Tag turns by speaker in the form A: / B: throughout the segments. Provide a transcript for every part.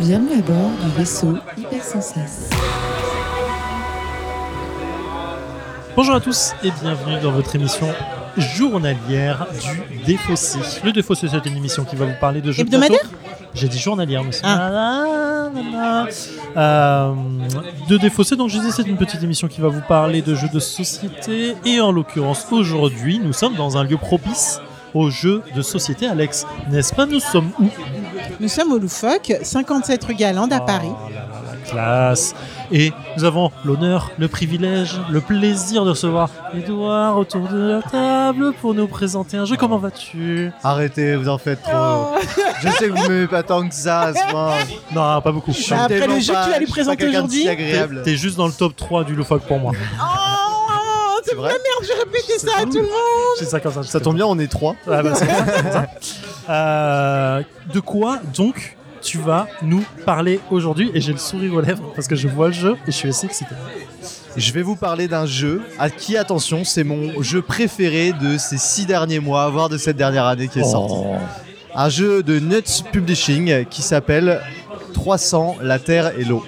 A: Bienvenue à bord du vaisseau Hyper sans cesse.
B: Bonjour à tous et bienvenue dans votre émission journalière du Défaussé. Le Défaussé, c'est une émission qui va vous parler de jeux de plateau.
C: Hebdomadaire
B: J'ai dit journalière, monsieur. Euh, de Défaussé, donc je disais, c'est une petite émission qui va vous parler de jeux de société. Et en l'occurrence, aujourd'hui, nous sommes dans un lieu propice aux jeux de société, Alex. N'est-ce pas Nous sommes où
C: Nous sommes au Loufoque, 57 rue Galande à Paris.
B: Oh là là, la classe. Et nous avons l'honneur, le privilège, le plaisir de recevoir Edouard autour de la table pour nous présenter un jeu. Comment vas-tu
D: Arrêtez, vous en faites
C: Oh.
D: trop. Je sais que vous m'aimez pas tant que ça à ce moment.
B: Non, pas beaucoup.
D: Je suis
C: Après le
D: tellement
C: jeu que
D: pas-
C: tu vas lui
D: je suis pas
C: présenter
D: quelqu'un de
C: aujourd'hui,
D: si
B: T'es-
D: agréable.
B: T'es juste dans le top 3 du loufoque pour moi.
C: Oh,
D: C'est
C: c'est
D: vrai
C: vrai merde, j'ai répété ça à tout le monde.
B: C'est ça comme ça.
D: Ça tombe bien, on est trois.
B: Ah bah, c'est ça, c'est ça. Euh, de quoi donc tu vas nous parler aujourd'hui Et j'ai le sourire aux lèvres parce que je vois le jeu et je suis assez excité.
D: Je vais vous parler d'un jeu à qui, attention, c'est mon jeu préféré de ces six derniers mois, voire de cette dernière année
B: Oh.
D: qui est sorti. Un jeu de Nuts Publishing qui s'appelle 300, la terre et l'eau.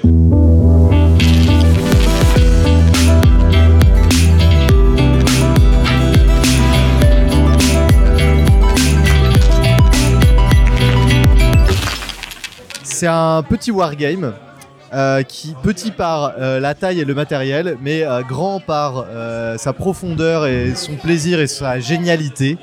D: C'est un petit wargame euh, qui petit par euh, la taille et le matériel, mais euh, grand par euh, sa profondeur et son plaisir et sa génialité.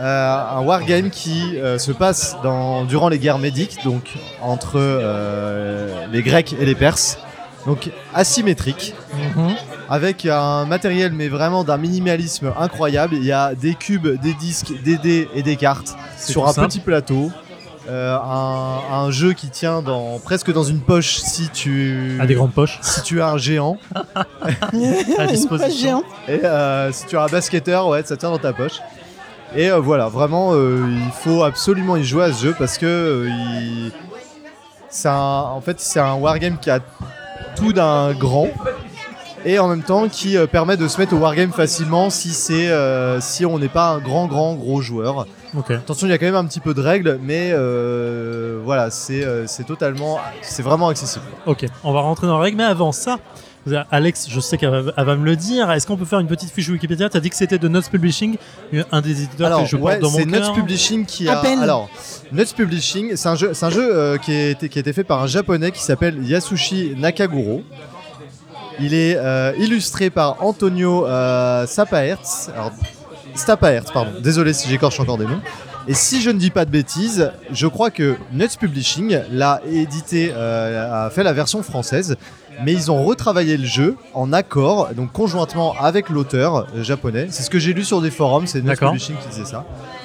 D: Euh, un wargame qui euh, se passe dans- durant les guerres médiques, donc entre euh, les Grecs et les Perses, donc asymétrique,
B: Mhm.
D: avec un matériel mais vraiment d'un minimalisme incroyable. Il y a des cubes, des disques, des dés et des cartes
B: C'est
D: sur
B: tout
D: un
B: simple.
D: petit plateau. Euh, un, un jeu qui tient dans, presque dans une poche si tu
B: À des grandes poches
D: si tu as un géant
B: à
C: Pas géant.
B: disposition.
D: et euh, si tu as un basketteur ouais ça tient dans ta poche et euh, voilà vraiment euh, il faut absolument y jouer à ce jeu parce que euh, il- c'est un- en fait c'est un wargame qui a tout d'un grand et en même temps qui euh, permet de se mettre au wargame facilement si c'est euh, si on n'est pas un grand grand gros joueur
B: Ok.
D: Attention, il y a quand même un petit peu de règles, mais euh, voilà, c'est euh, c'est totalement, c'est vraiment accessible.
B: Ok, on va rentrer dans la règle, mais avant ça, vous avez- Alex, je sais qu'elle va, elle va me le dire. Est-ce qu'on peut faire une petite fiche Wikipédia T'as dit que c'était de Nuts Publishing, un des éditeurs
D: Alors,
B: que je
D: ouais,
B: porte dans mon
D: c'est Nuts
B: cœur.
D: Publishing qui
C: À
D: a.
C: peine.
D: Alors, Nuts Publishing, c'est un jeu, c'est un jeu euh, qui, a été, qui a été fait par un japonais qui s'appelle Yasushi Nakaguro. Il est euh, illustré par Antonio euh, Sapaertz. Alors, Stapaertz, pardon. Désolé si j'écorche encore des noms. Et si je ne dis pas de bêtises, je crois que Nuts Publishing l'a édité, euh, a fait la version française, mais ils ont retravaillé le jeu en accord, donc conjointement avec l'auteur euh, japonais. C'est ce que j'ai lu sur des forums, c'est Nuts
B: D'accord.
D: Publishing qui disait ça.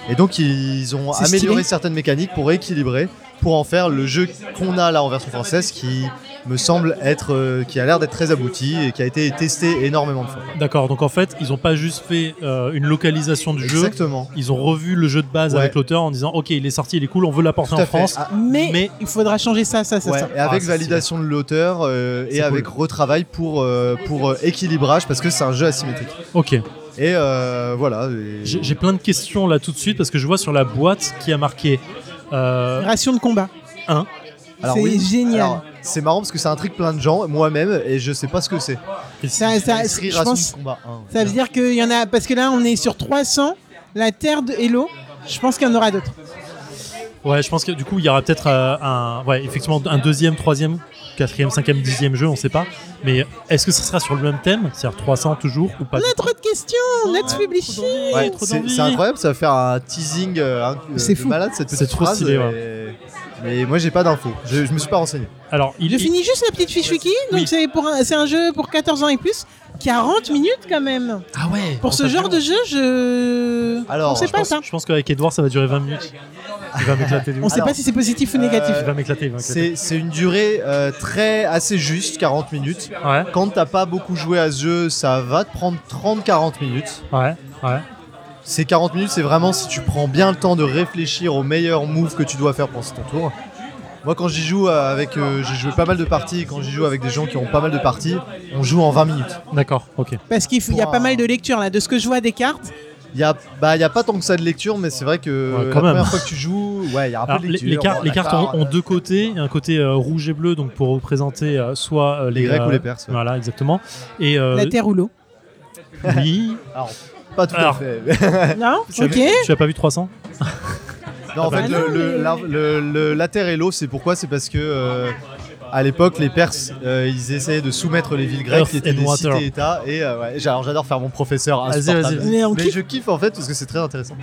D: Et donc ils ont
C: C'est stylé.
D: amélioré certaines mécaniques pour équilibrer, pour en faire le jeu qu'on a là en version française, qui me semble être, euh, qui a l'air d'être très abouti et qui a été testé énormément de fois.
B: D'accord, donc en fait, ils n'ont pas juste fait euh, une localisation du jeu.
D: Exactement.
B: Ils ont revu le jeu de base
D: Ouais.
B: avec l'auteur en disant Ok, il est sorti, il est cool, on veut l'apporter
D: Tout à
B: en
D: fait.
B: France.
D: Ah,
C: Mais,
B: Mais-
C: il faudra changer ça, ça, ça,
D: ouais,
C: ça.
D: et avec
B: Ah,
D: validation de l'auteur euh,
B: C'est
D: et avec retravail pour, euh, pour euh, équilibrage parce que c'est un jeu asymétrique.
B: Ok,
D: Et euh, voilà. et-
B: j'ai j'ai plein de questions là tout de suite parce que je vois sur la boîte qui a marqué. euh,
C: Ration de combat.
B: Un.
D: Alors
C: C'est
D: oui,
C: génial.
D: alors, c'est marrant parce que ça intrigue plein de gens, moi-même, et je sais pas ce que c'est.
C: Ça, ça-
D: Inscrit
C: je
D: Ration
C: pense-
D: de combat 1.
C: ça veut dire qu'il y en a. Parce que là, on est sur 300, la terre de et l'eau. Je pense qu'il y en aura d'autres.
B: Ouais, je pense que du coup, il y aura peut-être euh, un, ouais, effectivement, un deuxième, troisième, quatrième, cinquième, dixième jeu, on sait pas. Mais est-ce que ce sera sur le même thème, c'est-à-dire 300 toujours ou pas
C: On a trop de questions, let's publish.
D: Ouais,
B: trop
D: c'est
B: d'envie.
D: c'est incroyable, ça va faire un teasing euh, un- euh,
C: C'est
D: de
C: fou.
D: malade cette
B: C'est
D: petite
B: trop
D: phrase.
B: stylé,
D: et-
B: ouais.
D: Mais moi j'ai pas d'infos, je, je me suis pas renseigné.
B: Alors, il
C: Je finis juste la petite fiche wiki. Donc,
B: Oui.
C: c'est pour un- c'est un jeu pour 14 ans et plus. 40 minutes quand même.
B: Ah ouais.
C: Pour ce genre de jeu, je.
D: Alors,
C: on sait
B: je
C: pas
B: pense,
C: ça.
B: je pense qu'avec Edouard, ça va durer 20 minutes. Il va m'éclater. de
C: hein. On
B: ouf.
C: sait
D: Alors,
C: pas si c'est positif ou
D: euh,
C: négatif.
B: Il va m'éclater. il va m'éclater.
D: C'est c'est une durée euh, très assez juste, 40 minutes.
B: Ouais,
D: Quand t'as pas beaucoup joué à ce jeu, ça va te prendre 30-40 minutes.
B: ouais, ouais.
D: Ces 40 minutes, c'est vraiment si tu prends bien le temps de réfléchir au meilleur move que tu dois faire pendant ton tour. Moi, quand j'y joue euh, avec. euh, j'ai joué pas mal de parties, et quand j'y joue avec des gens qui ont pas mal de parties, on joue en 20 minutes.
B: D'accord. Ok.
C: Parce qu'il faut- il y a
D: Pour
C: pas
D: un-
C: mal de lectures là. De ce que je vois des cartes,
D: Il y a, bah, il y a pas tant que ça de lecture, mais c'est vrai que
B: Ouais,
D: la
B: quand même.
D: première fois que tu joues, Ouais, il y a un
B: Alors,
D: peu de
B: les,
D: lecture.
B: les car-
D: bon,
B: les
D: la
B: cartes
D: tarte,
B: ont, ont deux côtés, Il y a un côté euh, rouge et bleu, donc pour représenter euh, soit euh, les,
D: Les Grecs
B: euh,
D: ou les Perses, ouais.
B: Voilà, exactement. Et euh,
C: La terre ou l'eau.
B: oui,
D: Alors, pas tout
B: Alors.
D: à fait.
C: Non
B: tu,
C: Ok.
B: as, tu as pas vu 300
D: Non, en
B: Ah
D: fait,
C: bah
D: le-
C: non,
D: le-
C: mais-
D: la, le- le- la terre et l'eau, c'est pourquoi C'est parce que euh, à l'époque, les Perses, euh, ils essayaient de soumettre les villes grecques
B: Earth
D: qui étaient
B: and
D: des
B: water.
D: cités-États. Et euh, ouais, j'a- alors, j'adore faire mon professeur.
B: Vas-y,
D: insupportable.
B: vas-y,
C: Mais on
D: Mais
C: kiffe.
D: je kiffe en fait parce que c'est très intéressant.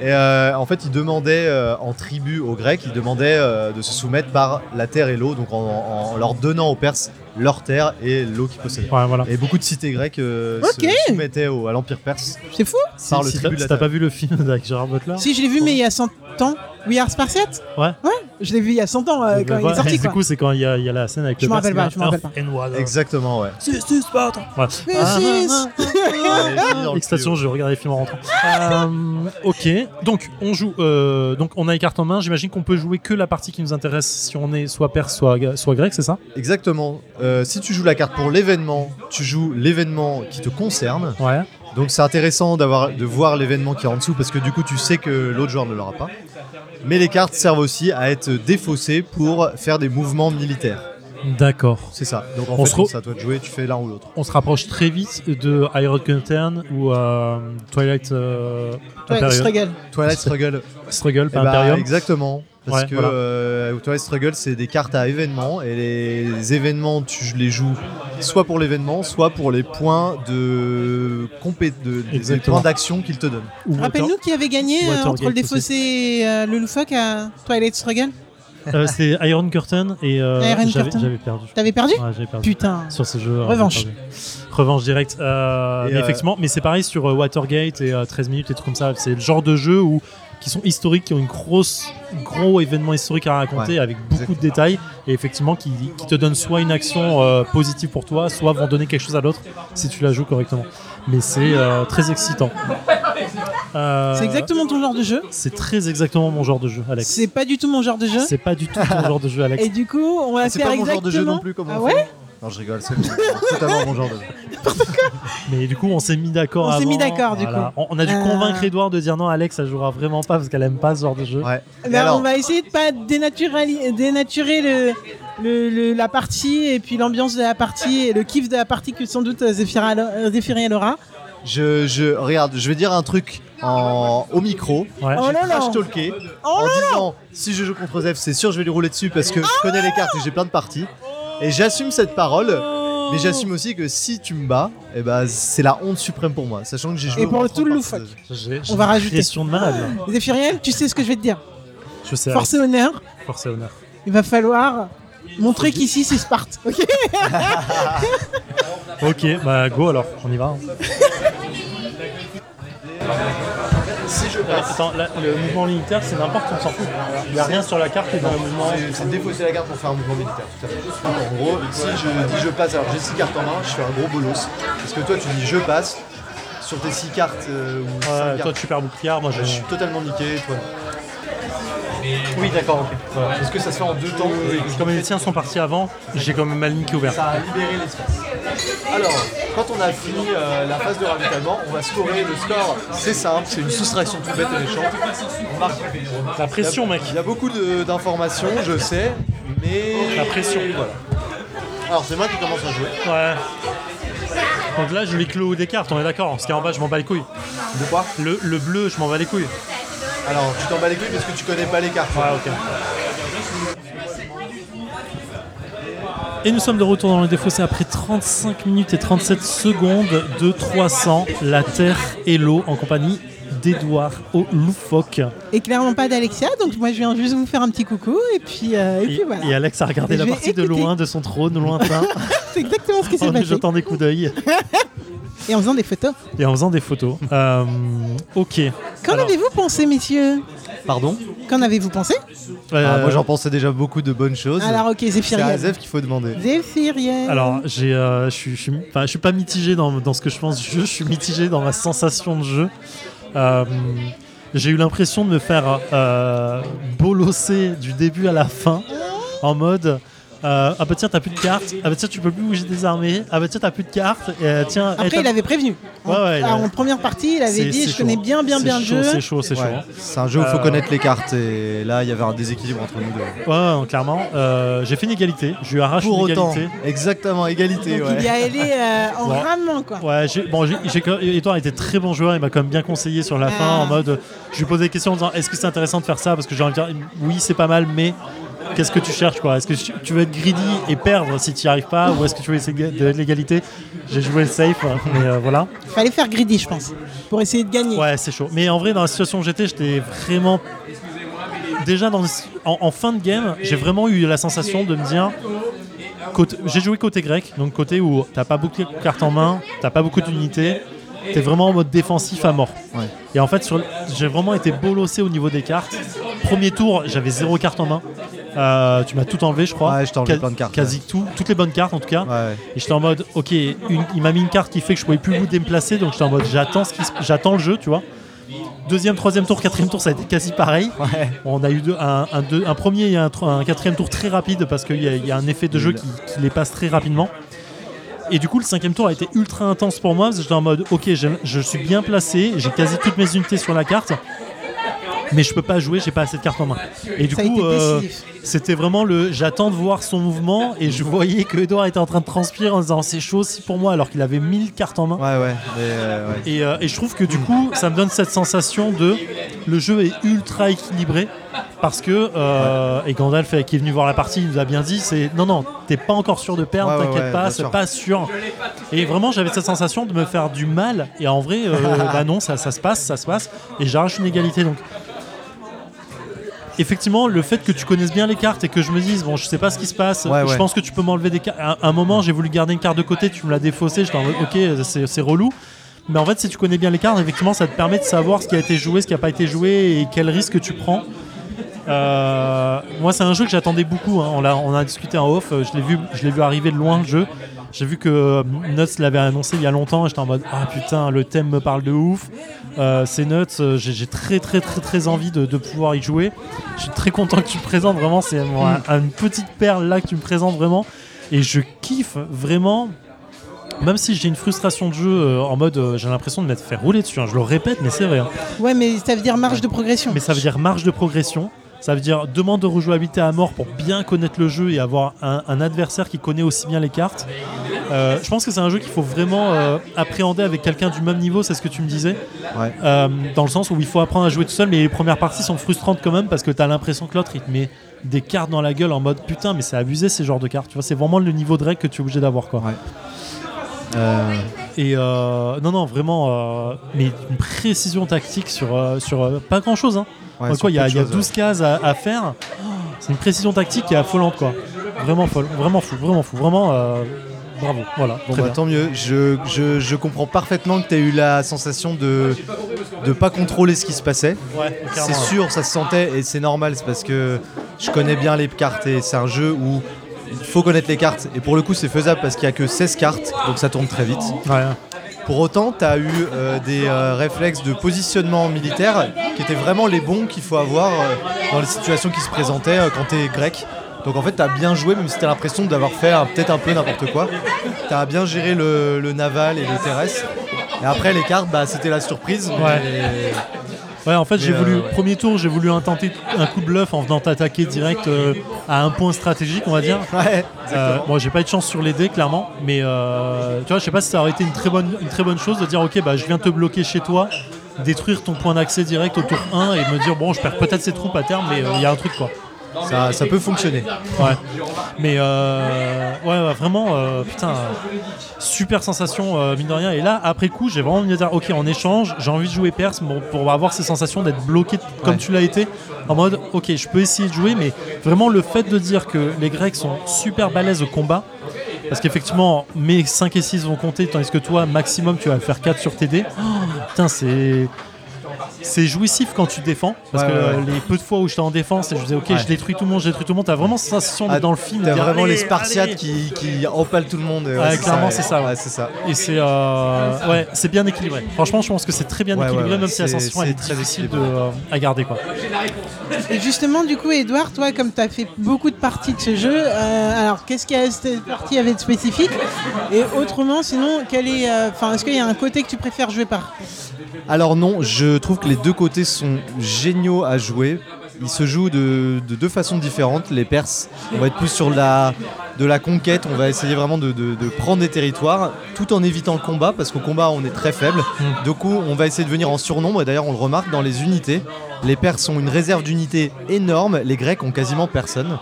D: Et euh, en fait, ils demandaient euh, en tribu aux Grecs, ils demandaient euh, de se soumettre par la terre et l'eau, donc en, en leur donnant aux Perses leur terre et l'eau qu'ils possédaient.
B: Ouais, voilà.
D: Et beaucoup de cités grecques euh,
C: Ok.
D: se soumettaient au- à l'empire perse.
C: C'est fou
D: Par le
B: si
D: tribut
B: t'as
D: de la
B: si t'as
D: terre.
B: pas vu le film avec Gérard Butler
C: Si, je l'ai vu, mais il y a 100 ans. We Are Spartiate
B: Ouais.
C: Ouais, je l'ai vu il y a 100 ans euh,
B: Mais
C: quand il
B: voilà,
C: est sorti.
B: Du
C: Quoi.
B: coup, c'est quand il y, a- il y a la scène avec
C: Je
B: le
C: m'en
B: Perse
C: rappelle pas,
B: qui
C: je m'en rappelle
B: fait un Earth and water.
D: Exactement, ouais.
C: C'est c'est Spartan.
B: Voilà.
C: Mais
B: Ah,
C: si,
B: ah,
C: c'est-
D: Dans le
B: Extension, je regardais les films en rentrant. Euh, ok, donc on joue, euh, donc on a les cartes en main. J'imagine qu'on peut jouer que la partie qui nous intéresse si on est soit perse, soit, soit grec, c'est ça
D: Exactement. Euh, si tu joues la carte pour l'événement, tu joues l'événement qui te concerne.
B: Ouais.
D: Donc c'est intéressant d'avoir de voir l'événement qui est en dessous parce que du coup tu sais que l'autre joueur ne l'aura pas. Mais les cartes servent aussi à être défaussées pour faire des mouvements militaires.
B: D'accord.
D: C'est ça. Donc en
B: On se
D: fait,
B: re-
D: c'est à toi de jouer, tu fais l'un ou l'autre.
B: On se rapproche très vite de Iron Curtain ou euh, Twilight euh,
C: Ouais,
B: Imperium.
C: je te régale.
D: Twilight Struggle.
B: Struggle, pas
D: Eh ben,
B: Imperium.
D: exactement. Parce
B: Ouais,
D: que
B: voilà.
D: euh, Twilight Struggle, c'est des cartes à événements et les événements, tu les joues soit pour l'événement, soit pour les points de, compé- de des
B: Exactement.
D: points d'action qu'ils te donnent.
B: Ou
C: Rappelle-nous qui avait gagné euh,
B: Watergate
C: entre le
B: aussi.
C: défaussé et euh, le loufoque à Twilight Struggle
B: Attends, euh, c'est Iron Curtain et euh,
C: Iron
B: j'avais-
C: Curtain.
B: j'avais perdu.
C: T'avais perdu
B: Ouais, j'avais perdu.
C: Putain.
B: sur ce jeu.
C: Revanche.
B: euh, Revanche directe. Euh,
D: Et
B: mais
D: euh,
B: effectivement, mais c'est pareil sur euh, Watergate et euh, 13 minutes et trucs comme ça. C'est le genre de jeu où qui sont historiques, qui ont une grosse, gros événement historique à raconter avec beaucoup de détails et effectivement qui, qui te donnent soit une action euh, positive pour toi, soit vont donner quelque chose à l'autre si tu la joues correctement. Mais c'est euh, très excitant. Euh,
C: C'est exactement ton genre de jeu.
B: C'est très exactement mon genre de jeu, Alex.
C: C'est pas du tout mon genre de jeu.
B: C'est pas du tout ton genre de jeu, Alex.
C: Et du coup, on va
D: Ah, C'est
C: faire
D: pas mon
C: exactement.
D: genre de jeu non plus, comment
C: ah
D: on
C: ouais
D: fait Non, je rigole, c'est c'est totalement mon genre de jeu.
B: Mais du coup, on s'est mis d'accord.
C: On s'est mis
B: avant,
C: d'accord, du
B: voilà. On, on a dû
C: Euh.
B: convaincre Edouard de dire non, Alex, ça jouera vraiment pas parce qu'elle aime pas ce genre de jeu.
D: Ouais. Et
C: Ben,
D: alors,
C: on va essayer de pas dénaturali- dénaturer le, le- le- la partie et puis l'ambiance de la partie et le kiff de la partie que sans doute euh, Zéphira- euh, Zéphiriel aura.
D: je, je- regarde, je vais dire un truc en, au micro.
B: Ouais.
C: Oh
D: J'ai
C: là là.
D: trash talké
C: Oh
D: en disant si je joue contre Zef, c'est sûr je vais lui rouler dessus parce que je connais les cartes et j'ai plein de parties. Et j'assume cette parole,
C: Oh.
D: mais j'assume aussi que si tu me bats, eh ben, c'est la honte suprême pour moi, sachant que j'ai joué.
C: Et pour
D: en
C: le
D: 30
C: tout le
D: parties
C: loufoque.
D: de-
B: J'ai- j'ai
C: On va
B: une
C: rajouter.
B: Question de malade. là.
C: Zéphiriel, tu sais ce que je vais te dire.
B: Je sais.
C: Force et honneur,
B: Alex. Force et honneur.
C: il va falloir montrer qu'ici c'est Sparte. Ok
B: Ok, bah go alors, on y va. hein. Euh, Attends, là, le mouvement militaire, c'est n'importe on s'en fout. Il n'y a rien sur la carte et dans le mouvement.
D: C'est- C'est défausser la carte pour faire un mouvement militaire, tout à fait. En gros, si je dis je passe, alors j'ai 6 cartes en main, je fais un gros bolos. Parce que toi, tu dis je passe sur tes 6 cartes euh, ou cinq
B: Ouais, toi,
D: cartes. bah,
B: tu perds boucliard, moi
D: Je suis
B: j'ai.
D: totalement niqué, toi. Oui, d'accord, ok. Est-ce que ça se fait en deux temps
B: Comme les tiens sont partis avant, j'ai quand même mal niqué ouvert.
D: Ça a libéré l'espace. Alors, quand on a fini euh, la phase de ravitaillement, on va scorer le score. C'est simple, c'est une soustraction tout bête et méchante. On marque.
B: La pression, mec.
D: Il y a beaucoup de- d'informations, je sais, mais.
B: La pression.
D: Voilà. Alors, c'est moi qui commence à jouer.
B: Ouais. Donc là, je vais clôt des cartes, on est d'accord. Ce qui est en bas, je m'en bats les couilles.
D: De quoi
B: Le, le bleu, je m'en bats les couilles.
D: Alors, tu t'en bats les couilles parce que tu connais pas les cartes.
B: Ouais, Ah, ok. Et nous sommes de retour dans le défaussé après 35 minutes et 37 secondes de 300, la terre et l'eau en compagnie d'Edouard au loufoque.
C: Et clairement pas d'Alexia, donc moi je viens juste vous faire un petit coucou et puis, euh, et
B: Et,
C: puis voilà.
B: et Alex a regardé
C: Et
B: la
C: je vais
B: partie de
C: écouter.
B: loin de son trône lointain
C: C'est exactement ce qui s'est
B: en lui
C: passé.
B: jetant des coups d'œil
C: Et en faisant des photos.
B: et en faisant des photos. Euh, ok.
C: Qu'en
B: Alors,
C: avez-vous pensé, messieurs
D: Pardon
C: Qu'en avez-vous pensé
B: euh,
D: Ah, Moi, j'en pensais déjà beaucoup de bonnes choses.
C: Alors euh, ok,
D: C'est à
C: Zéphiriel.
D: Zef qu'il faut demander.
C: Zéphiriel.
B: Alors, j'ai, euh, je suis, je suis- enfin, je suis pas mitigé dans, dans ce que je pense du jeu. Je suis mitigé dans ma sensation de jeu. Euh, j'ai eu l'impression de me faire euh, bolosser du début à la fin, en mode euh, ah bah tiens, t'as plus de cartes. Ah bah tiens, tu peux plus bouger des armées. Ah bah tiens, t'as plus de cartes. Et, euh, tiens, eh,
C: Après,
B: t'as-
C: il avait prévenu. En-
B: Ouais, ouais, il
C: ah,
B: avait-
C: en première partie, il avait
B: C'est-
C: dit
B: c'est
C: Je connais
B: chaud.
C: bien, bien,
B: C'est
C: bien le
B: chaud,
C: jeu.
B: C'est chaud, c'est chaud.
D: Ouais,
B: hein.
D: c'est un jeu où il faut
B: Euh,
D: connaître les cartes et là il y avait un déséquilibre entre nous deux.
B: Ouais, ouais, clairement. Euh, j'ai fait une égalité. Je lui arrache
D: Pour
B: une
D: autant,
B: égalité.
D: exactement égalité.
C: Donc,
D: ouais.
C: il y a allé euh, en
B: Ouais.
C: ramant, quoi.
B: Ouais, j'ai, bon, j'ai, j'ai, Étoile était très bon joueur, il m'a quand même bien conseillé sur la
C: Ah.
B: fin en mode je lui posais des questions en disant est-ce que c'est intéressant de faire ça parce que j'ai envie de dire oui, c'est pas mal, mais qu'est-ce que tu cherches quoi Est-ce que tu- tu veux être greedy et perdre si tu n'y arrives pas ou est-ce que tu veux essayer de de l'égalité J'ai joué le safe, hein, mais euh, voilà.
C: Fallait faire greedy, je pense, pour essayer de gagner.
B: Ouais, c'est chaud. Mais en vrai, dans la situation où j'étais, j'étais vraiment. Déjà dans, en, en fin de game, j'ai vraiment eu la sensation de me dire. côté- J'ai joué côté grec, donc côté où t'as pas beaucoup de cartes en main, t'as pas beaucoup d'unités, t'es vraiment en mode défensif à mort.
D: Ouais.
B: Et en fait, sur le- j'ai vraiment été bolossé au niveau des cartes. Premier tour, j'avais zéro carte en main. Euh, tu m'as tout enlevé, je crois.
D: Ouais, je t'ai enlevé
B: Qua-
D: plein de cartes,
B: Quasi tout, toutes les bonnes cartes en tout cas.
D: Ouais.
B: Et j'étais en mode, ok, une- il m'a mis une carte qui fait que je pouvais plus vous déplacer, donc j'étais en mode, j'attends ce qui se- j'attends le jeu, tu vois. Deuxième, troisième tour, quatrième tour, ça a été quasi pareil.
D: Ouais.
B: On a eu deux- un, un deux- un premier et un, tro- un quatrième tour très rapide parce qu'il y, a- il y a un effet de jeu qui, qui les passe très rapidement. Et du coup, le cinquième tour a été ultra intense pour moi parce que j'étais en mode, ok, je, je suis bien placé, j'ai quasi toutes mes unités sur la carte, mais je peux pas jouer, j'ai pas assez de cartes en main. Et du
C: Ça a
B: coup,
C: été
B: euh,
C: décisif.
B: c'était vraiment le j'attends de voir son mouvement et je voyais que Edouard était en train de transpirer en disant c'est chaud aussi pour moi alors qu'il avait 1000 cartes en main.
D: Ouais, ouais. mais, euh, ouais.
B: Et, euh, et je trouve que du coup, ça me donne cette sensation de le jeu est ultra équilibré parce que euh, et Gandalf euh, qui est venu voir la partie, il nous a bien dit c'est non non, t'es pas encore sûr de perdre,
D: Ouais, ouais,
B: t'inquiète
D: ouais,
B: pas,
D: bien
B: c'est
D: sûr.
B: pas sûr. Et vraiment, j'avais cette sensation de me faire du mal et en vrai, euh, bah non, ça, ça se passe, ça se passe et j'arrache une égalité donc. Effectivement, le fait que tu connaisses bien les cartes et que je me dise, bon, je sais pas ce qui se passe,
D: Ouais,
B: je
D: ouais.
B: pense que tu peux m'enlever des cartes. À un moment, j'ai voulu garder une carte de côté, tu me l'as défaussée, j'étais en mode, ok, c'est c'est relou. Mais en fait, si tu connais bien les cartes, effectivement, ça te permet de savoir ce qui a été joué, ce qui n'a pas été joué et quel risque tu prends. Euh, moi, c'est un jeu que j'attendais beaucoup. hein. On, l'a- on a discuté en off. euh, Je l'ai vu, je l'ai vu arriver de loin le jeu. J'ai vu que euh, Nuts l'avait annoncé il y a longtemps. et J'étais en mode ah putain, le thème me parle de ouf. Euh, c'est Nuts. euh, J'ai j'ai très très très très envie de, de pouvoir y jouer. Je suis très content que tu me présentes vraiment. C'est bon, un- une petite perle là que tu me présentes vraiment. Et je kiffe vraiment. Même si j'ai une frustration de jeu euh, en mode euh, j'ai l'impression de m'être fait rouler dessus. hein. Je le répète, mais c'est vrai. hein.
C: Ouais, mais ça veut dire marge de progression.
B: Mais ça veut dire marge de progression. Ça veut dire demande de rejouabilité à mort pour bien connaître le jeu et avoir un, un adversaire qui connaît aussi bien les cartes. Euh, je pense que c'est un jeu qu'il faut vraiment euh, appréhender avec quelqu'un du même niveau, c'est ce que tu me disais.
D: Ouais.
B: Euh, dans le sens où il faut apprendre à jouer tout seul, mais les premières parties sont frustrantes quand même parce que t'as l'impression que l'autre il te met des cartes dans la gueule en mode putain, mais c'est abusé ces genres de cartes. Tu vois, c'est vraiment le niveau de règle que tu es obligé d'avoir quoi.
D: Euh,
B: Et euh, non, non, vraiment, euh, mais une précision tactique sur, euh, sur euh, pas grand chose. Hein.
D: Ouais,
B: Enfin,
D: sur
B: quoi, il y a,
D: peu de
B: il y a
D: choses,
B: 12 cases à, à faire. Oh, C'est une précision tactique qui est affolante, quoi. Vraiment folle, vraiment fou, vraiment fou, vraiment euh, bravo. Voilà,
D: Bon,
B: très
D: bah,
B: bien.
D: tant mieux. Je, je, je comprends parfaitement que tu as eu la sensation de de pas contrôler ce qui se passait.
B: Ouais,
D: C'est sûr, ça se sentait et c'est normal, c'est parce que je connais bien les cartes et c'est un jeu où il faut connaître les cartes. Et pour le coup, c'est faisable parce qu'il n'y a que 16 cartes, donc ça tourne très vite.
B: Ouais.
D: Pour autant, tu as eu euh, des euh, réflexes de positionnement militaire qui étaient vraiment les bons qu'il faut avoir euh, dans les situations qui se présentaient euh, quand tu es grec. Donc en fait, tu as bien joué, même si tu as l'impression d'avoir fait euh, peut-être un peu n'importe quoi. Tu as bien géré le, le naval et le terrestre. Et après, les cartes, bah, c'était la surprise. mais-
B: Ouais. Ouais, en fait, j'ai
D: euh,
B: voulu,
D: ouais.
B: premier tour, j'ai voulu intenter un coup de bluff en venant t'attaquer direct euh, à un point stratégique, on va dire.
D: Ouais.
B: Euh, bon, j'ai pas eu de chance sur les dés, clairement, mais euh, tu vois, je sais pas si ça aurait été une très bonne, une très bonne chose de dire, ok, bah, je viens te bloquer chez toi, détruire ton point d'accès direct au tour 1 et me dire, bon, je perds peut-être ces troupes à terme, mais euh, il y a un truc quoi.
D: Ça, ça peut fonctionner.
B: Ouais. Mais euh, ouais, ouais, vraiment, euh, putain, euh, super sensation, euh, mine de rien. Et là, après coup, j'ai vraiment envie de dire, ok, on échange, j'ai envie de jouer Perse bon, pour avoir ces sensations d'être bloqué comme
D: Ouais.
B: tu l'as été, en mode, ok, je peux essayer de jouer, mais vraiment le fait de dire que les Grecs sont super balèzes au combat, parce qu'effectivement, mes 5 et 6 vont compter, tandis que toi, maximum, tu vas faire 4 sur tes dés. Oh, putain, c'est. c'est jouissif quand tu défends. Parce
D: Ouais,
B: que
D: ouais, ouais.
B: euh, les peu de fois où j'étais en défense et je disais, ok,
D: Ouais.
B: je détruis tout le monde, je détruis tout le monde, t'as vraiment cette sensation d'être
D: Ah,
B: dans le film.
D: T'as
B: de dire,
D: vraiment
B: allez,
D: les Spartiates
B: allez.
D: qui, qui empalent tout le monde. et
B: Ouais, clairement,
D: ouais.
B: c'est ça, ouais.
D: Ouais, c'est ça.
B: Et c'est euh, ouais, c'est bien équilibré. Franchement, je pense que c'est très bien
D: Ouais,
B: équilibré,
D: ouais, ouais.
B: même si la
D: C'est-
B: sensation elle
D: c'est
B: est
D: très
B: très difficile de,
D: équilibré.
B: euh, à garder quoi.
C: Et justement, du coup, Edouard, toi, comme tu as fait beaucoup de parties de ce jeu, euh, alors qu'est-ce qu'il y a cette partie avait de spécifique Et autrement, sinon, quel est, euh, enfin, est-ce qu'il y a un côté que tu préfères jouer par
D: Alors non, je trouve que les deux côtés sont géniaux à jouer. Ils se jouent de, de deux façons différentes. Les Perses, on va être plus sur la, de la conquête, on va essayer vraiment de, de- de prendre des territoires, tout en évitant le combat, parce qu'au combat on est très faible.
B: Mm.
D: Du coup, on va essayer de venir en surnombre, et d'ailleurs on le remarque dans les unités. Les Perses ont une réserve d'unités énorme, les Grecs ont quasiment personne.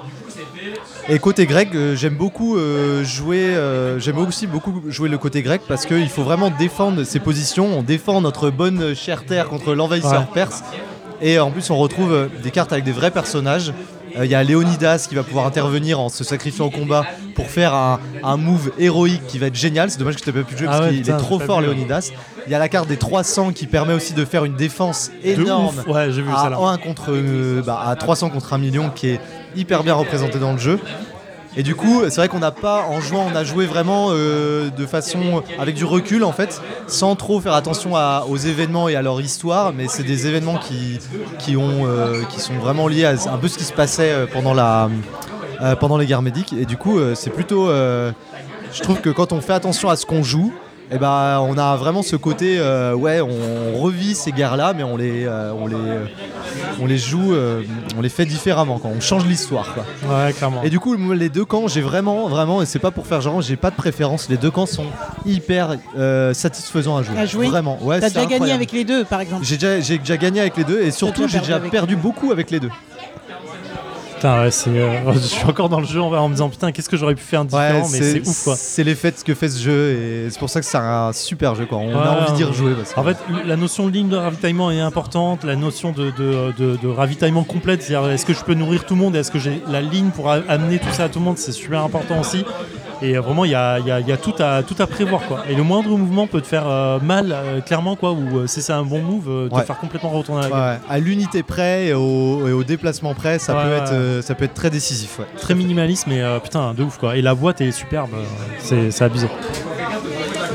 D: Et côté grec, euh, j'aime beaucoup euh, jouer. euh, j'aime aussi beaucoup jouer le côté grec parce qu'il faut vraiment défendre ses positions. On défend notre bonne euh, chère terre contre l'envahisseur
B: Ouais.
D: perse. Et euh, en plus, on retrouve euh, des cartes avec des vrais personnages. Euh, Il y a Léonidas qui va pouvoir intervenir en se sacrifiant au combat pour faire un, un move héroïque qui va être génial. C'est dommage que je t'ai pas pu jouer
B: Ah
D: parce
B: ouais,
D: qu'il
B: putain,
D: est trop
B: j'ai pas
D: fort,
B: vu.
D: Léonidas. Il y a la carte des 300 qui permet aussi de faire une défense
B: De
D: énorme
B: ouf. Ouais, j'ai vu ça là.
D: à 1 contre euh, bah, à 300 contre 1 million qui est hyper bien représenté dans le jeu. Et du coup, c'est vrai qu'on n'a pas, en jouant, on a joué vraiment euh, de façon avec du recul en fait, sans trop faire attention à- aux événements et à leur histoire, mais c'est des événements qui, qui, ont, euh, qui sont vraiment liés à un peu ce qui se passait euh, pendant, la, euh, pendant les guerres médiques. Et du coup, euh, c'est plutôt. euh, je trouve que quand on fait attention à ce qu'on joue, eh ben, on a vraiment ce côté, euh, ouais, on revit ces guerres-là, mais on les, euh, on les, euh, on les joue, euh, on les fait différemment, quand on change l'histoire. quoi.
B: Ouais, clairement.
D: Et du coup, moi, les deux camps, j'ai vraiment, vraiment, et c'est pas pour faire genre, j'ai pas de préférence. Les deux camps sont hyper euh, satisfaisants à jouer.
C: À jouer
D: Vraiment. Ouais,
C: T'as
D: c'est
C: déjà gagné
D: incroyable.
C: avec les deux, par exemple.
D: J'ai déjà, j'ai déjà gagné avec les deux, et surtout,
C: déjà
D: j'ai déjà
C: perdu avec
D: perdu beaucoup avec les deux.
B: Putain, ouais, c'est, euh, je suis encore dans le jeu en, en me disant putain, qu'est-ce que j'aurais pu faire différent, mais c'est ouf quoi.
D: C'est l'effet de ce que fait ce jeu, et c'est pour ça que c'est un super jeu, quoi. On a
B: Ouais,
D: envie d'y
B: ouais.
D: rejouer. Parce que-
B: En fait, la notion de ligne de ravitaillement est importante, la notion de, de- de- de ravitaillement complète, c'est-à-dire est-ce que je peux nourrir tout le monde, est-ce que j'ai la ligne pour a- amener tout ça à tout le monde, c'est super important aussi. Et euh, vraiment, il y a, il y a- il y a tout, à, tout à prévoir. quoi. Et le moindre mouvement peut te faire euh, mal, euh, clairement, quoi, ou euh, si c'est un bon move, euh, te
D: Ouais.
B: faire complètement retourner à la
D: Ouais, ouais. À l'unité près et au, et au déplacement près, ça,
B: Ouais,
D: peut
B: ouais.
D: être, euh, ça peut être très décisif. ouais.
B: Très minimaliste, mais euh, putain, de ouf quoi. Et la boîte est superbe, euh, c'est c'est abusé.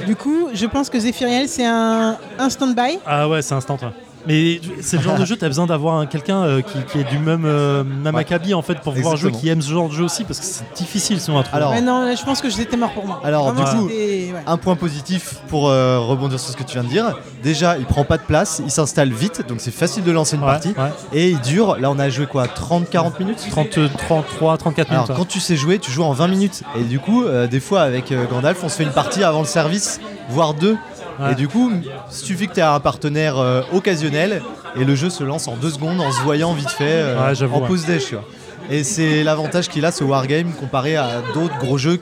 C: Du coup, je pense que Zephyriel, c'est un, un stand-by.
B: Ah ouais, c'est instant. ouais. Mais c'est le genre de jeu, t'as besoin d'avoir un- quelqu'un euh, qui, qui est du même, euh, même
D: Ouais.
B: acabit en fait pour pouvoir jouer,
D: Exactement.
B: qui aime ce genre de jeu aussi, parce que c'est difficile sinon à trouver.
D: Alors,
C: Ouais, non, là, je pense que j'étais mort pour moi.
D: Alors, du
C: Vraiment,
D: coup,
C: c'était- ouais.
D: Un point positif pour euh, rebondir sur ce que tu viens de dire. Déjà, il prend pas de place, il s'installe vite, donc c'est facile de lancer une
B: Ouais,
D: partie.
B: ouais.
D: Et il dure, là on a joué quoi 30-40 minutes
B: 30, 33, 34
D: Alors
B: euh, minutes. ouais.
D: quand tu sais jouer, tu joues en 20 minutes. Et du coup, euh, des fois avec euh, Gandalf, on se fait une partie avant le service, voire deux.
B: Ouais.
D: Et du coup, il suffit que tu aies un partenaire euh, occasionnel et le jeu se lance en deux secondes en se voyant vite fait euh,
B: Ouais, j'avoue,
D: en
B: ouais.
D: pause déj. tu vois. Et c'est l'avantage qu'il a ce wargame comparé à d'autres gros jeux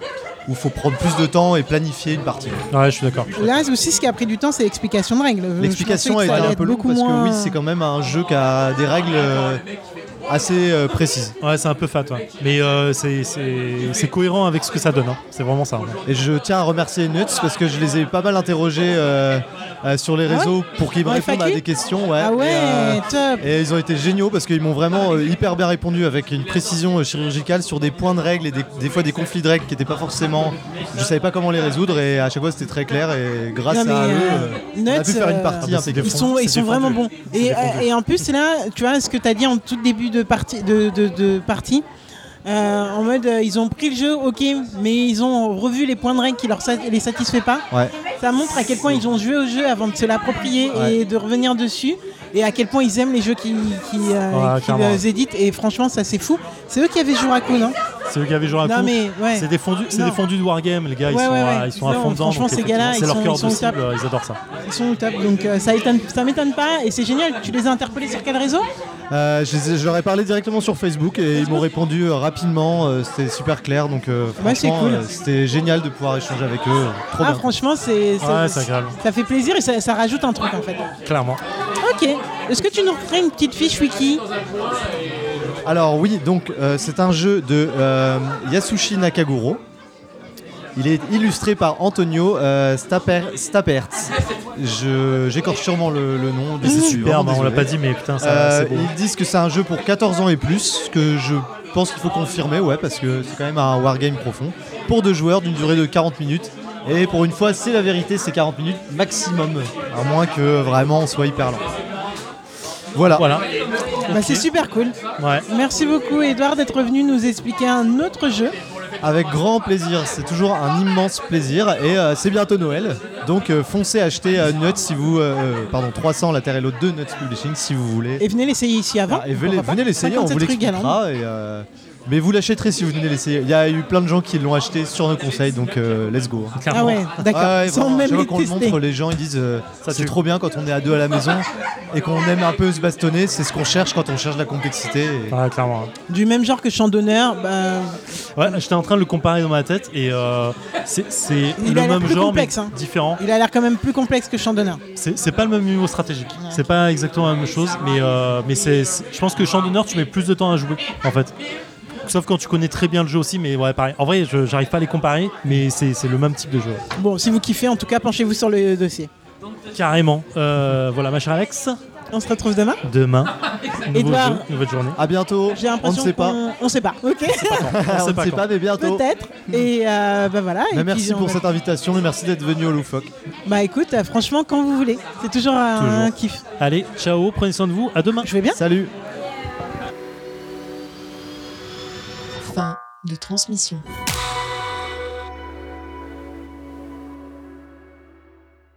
D: où faut prendre plus de temps et planifier une
C: Euh,
D: partie.
B: Ouais, je suis d'accord.
C: Là aussi, ce qui a pris du temps, c'est l'explication de règles. Je
D: L'explication a
C: pensais que
D: été
C: ça allait
D: un
C: être
D: peu longue
C: beaucoup
D: parce que
C: moins-
D: oui, c'est quand même un jeu qui a des règles euh, assez euh, précises.
B: Ouais, c'est un peu fat, ouais. Mais euh, c'est- c'est c'est cohérent avec ce que ça donne. hein. C'est vraiment ça. ouais.
D: Et je tiens à remercier Nuts parce que je les ai pas mal interrogés euh, euh, sur les
C: Ah ouais
D: réseaux pour qu'ils me
C: Dans les
D: répondent à
C: FAQ?
D: des questions. ouais.
C: Ah
D: Et, euh,
C: ouais, top.
D: Et ils ont été géniaux parce qu'ils m'ont vraiment euh, hyper bien répondu avec une précision euh, chirurgicale sur des points de règles et des, des fois des conflits de règles qui n'étaient pas forcément. Je savais pas comment les résoudre et à chaque fois c'était très clair et grâce
C: Non, mais,
D: à eux,
C: euh,
D: euh, on a pu
C: Nuts,
D: faire une
C: euh,
B: Ah,
D: partie
B: bah,
D: un
B: c'est
D: peu.
B: défendu.
C: Ils sont, ils
B: C'est
C: sont vraiment bons.
B: défendu. C'est
C: Et, euh,
B: défendu.
C: et en plus, là, tu vois, ce que tu as dit en tout début de partie, de, de, de partie euh, en mode, euh, ils ont pris le jeu, ok, mais ils ont revu les points de règle qui leur sa- les satisfait pas.
D: Ouais.
C: Ça montre à quel point ils ont joué au jeu avant de se l'approprier
D: Ouais.
C: et de revenir dessus. Et à quel point ils aiment les jeux qui, qui, euh,
B: Ouais,
C: qui
B: clairement.
C: les éditent. Et franchement, ça c'est fou. C'est eux qui avaient Juraku, non
B: C'est eux qui avaient joué à
C: Non,
B: coup.
C: mais ouais.
B: C'est défendu, c'est
C: Non.
B: défendu de Wargame, les gars. ils,
C: Ouais,
B: sont
C: ouais,
B: à,
C: ouais.
B: ils sont à
C: Non,
B: fond dedans.
C: franchement,
B: donc
C: ces
B: effectivement,
C: gars-là,
B: c'est
C: ils
B: leur
C: sont-
B: cœur
C: ils sont
B: de
C: au top.
B: cible. euh, Ils adorent ça.
C: Ils sont au top. Donc euh, ça étonne- ça m'étonne pas. Et c'est génial. Tu les as interpellés sur quel réseau
D: Euh, je, les ai- je leur ai parlé directement sur Facebook et ils m'ont répondu euh, rapidement. euh, c'était super clair, donc euh,
C: Bah, c'est
D: franchement,
C: cool.
D: euh, c'était génial de pouvoir échanger avec eux. euh, Trop
C: Ah,
D: bien.
C: franchement, c'est. c'est-
B: Ouais, c'est agréable.
C: Ça fait plaisir et ça, ça rajoute un truc en fait.
B: Clairement.
C: Ok. Est-ce que tu nous ferais une petite fiche wiki
D: Alors oui, donc euh, c'est un jeu de euh, Yasushi Nakaguro Il est illustré par Antonio euh, Staper- Stapertz. Je- J'écorche sûrement le, le nom.
B: Mais c'est
D: Je suis
B: superbe, hein,
D: vraiment
B: on l'a
D: désolé.
B: pas dit, mais putain, ça,
D: Euh,
B: c'est beau.
D: ils disent que c'est un jeu pour 14 ans et plus, ce que je pense qu'il faut confirmer, ouais, parce que c'est quand même un wargame profond, pour deux joueurs d'une durée de 40 minutes. Et pour une fois, c'est la vérité, c'est 40 minutes maximum, à moins que vraiment on soit hyper lent. Voilà.
B: Voilà.
C: Bah, c'est super cool.
B: Ouais.
C: Merci beaucoup, Edouard, d'être venu nous expliquer un autre jeu.
D: avec grand plaisir, c'est toujours un immense plaisir, et euh, c'est bientôt Noël, donc euh, foncez acheter euh, Nuts si vous, euh, pardon, 300 la Terre et l'autre 2 Nuts Publishing si vous voulez.
C: Et venez l'essayer ici avant.
D: Ah, et
C: pourquoi
D: venez,
C: pas.
D: venez l'essayer, on vous
C: 57 rue Galland.
D: l'expliquera. et, euh, mais vous l'achèterez si vous venez l'essayer. Il y a eu plein de gens qui l'ont acheté sur nos conseils, donc euh, let's go. hein.
C: Ah
B: Clairement.
C: ouais, d'accord.
D: Ah ouais,
C: Sans
D: vraiment,
C: même
D: chaque
C: les
D: fois qu'on le
C: tester.
D: montre, les gens ils disent euh,
B: Ça
D: c'est
B: tue.
D: trop bien quand on est à deux à la maison et qu'on aime un peu se bastonner. C'est ce qu'on cherche quand on cherche la complexité. et-
B: Ouais, clairement. hein.
C: Du même genre que Chandonneur, bah,
B: Ouais, j'étais en train de le comparer dans ma tête et euh, c'est c'est
C: Il
B: le
C: a l'air
B: même
C: plus
B: genre
C: complexe,
B: mais
C: hein.
B: différent.
C: il a l'air quand même plus complexe que Chandonneur.
B: C'est c'est pas le même niveau stratégique. C'est pas exactement la même chose, mais euh, mais c'est c'est- je pense que Champ d'honneur tu mets plus de temps à jouer en fait. Sauf quand tu connais très bien le jeu aussi, mais ouais, pareil. En vrai, je- j'arrive pas à les comparer, mais c'est c'est le même type de jeu.
C: Bon, si vous kiffez, en tout cas, penchez-vous sur le dossier.
B: Carrément. Euh, voilà, ma chère Alex,
C: On se retrouve demain.
B: demain, nouveau
C: Edouard.
B: jeu, nouvelle journée.
D: À bientôt.
C: J'ai
D: On ne
C: l'impression
D: sait pas.
C: qu'on- On sait pas. Ok.
D: on ne
B: pas
D: sait
B: quand.
D: pas, mais bientôt.
C: Peut-être. Et euh, bah voilà. et
D: Mais
C: puis,
D: Ben, merci
C: on
D: pour
C: va-
D: cette invitation et merci d'être venu au Loufoque.
C: Bah écoute, euh, franchement, quand vous voulez. C'est toujours un
B: Toujours.
C: kiff.
B: Allez, ciao, prenez soin de vous, à demain.
C: Je vais bien.
D: Salut.
A: Fin de transmission.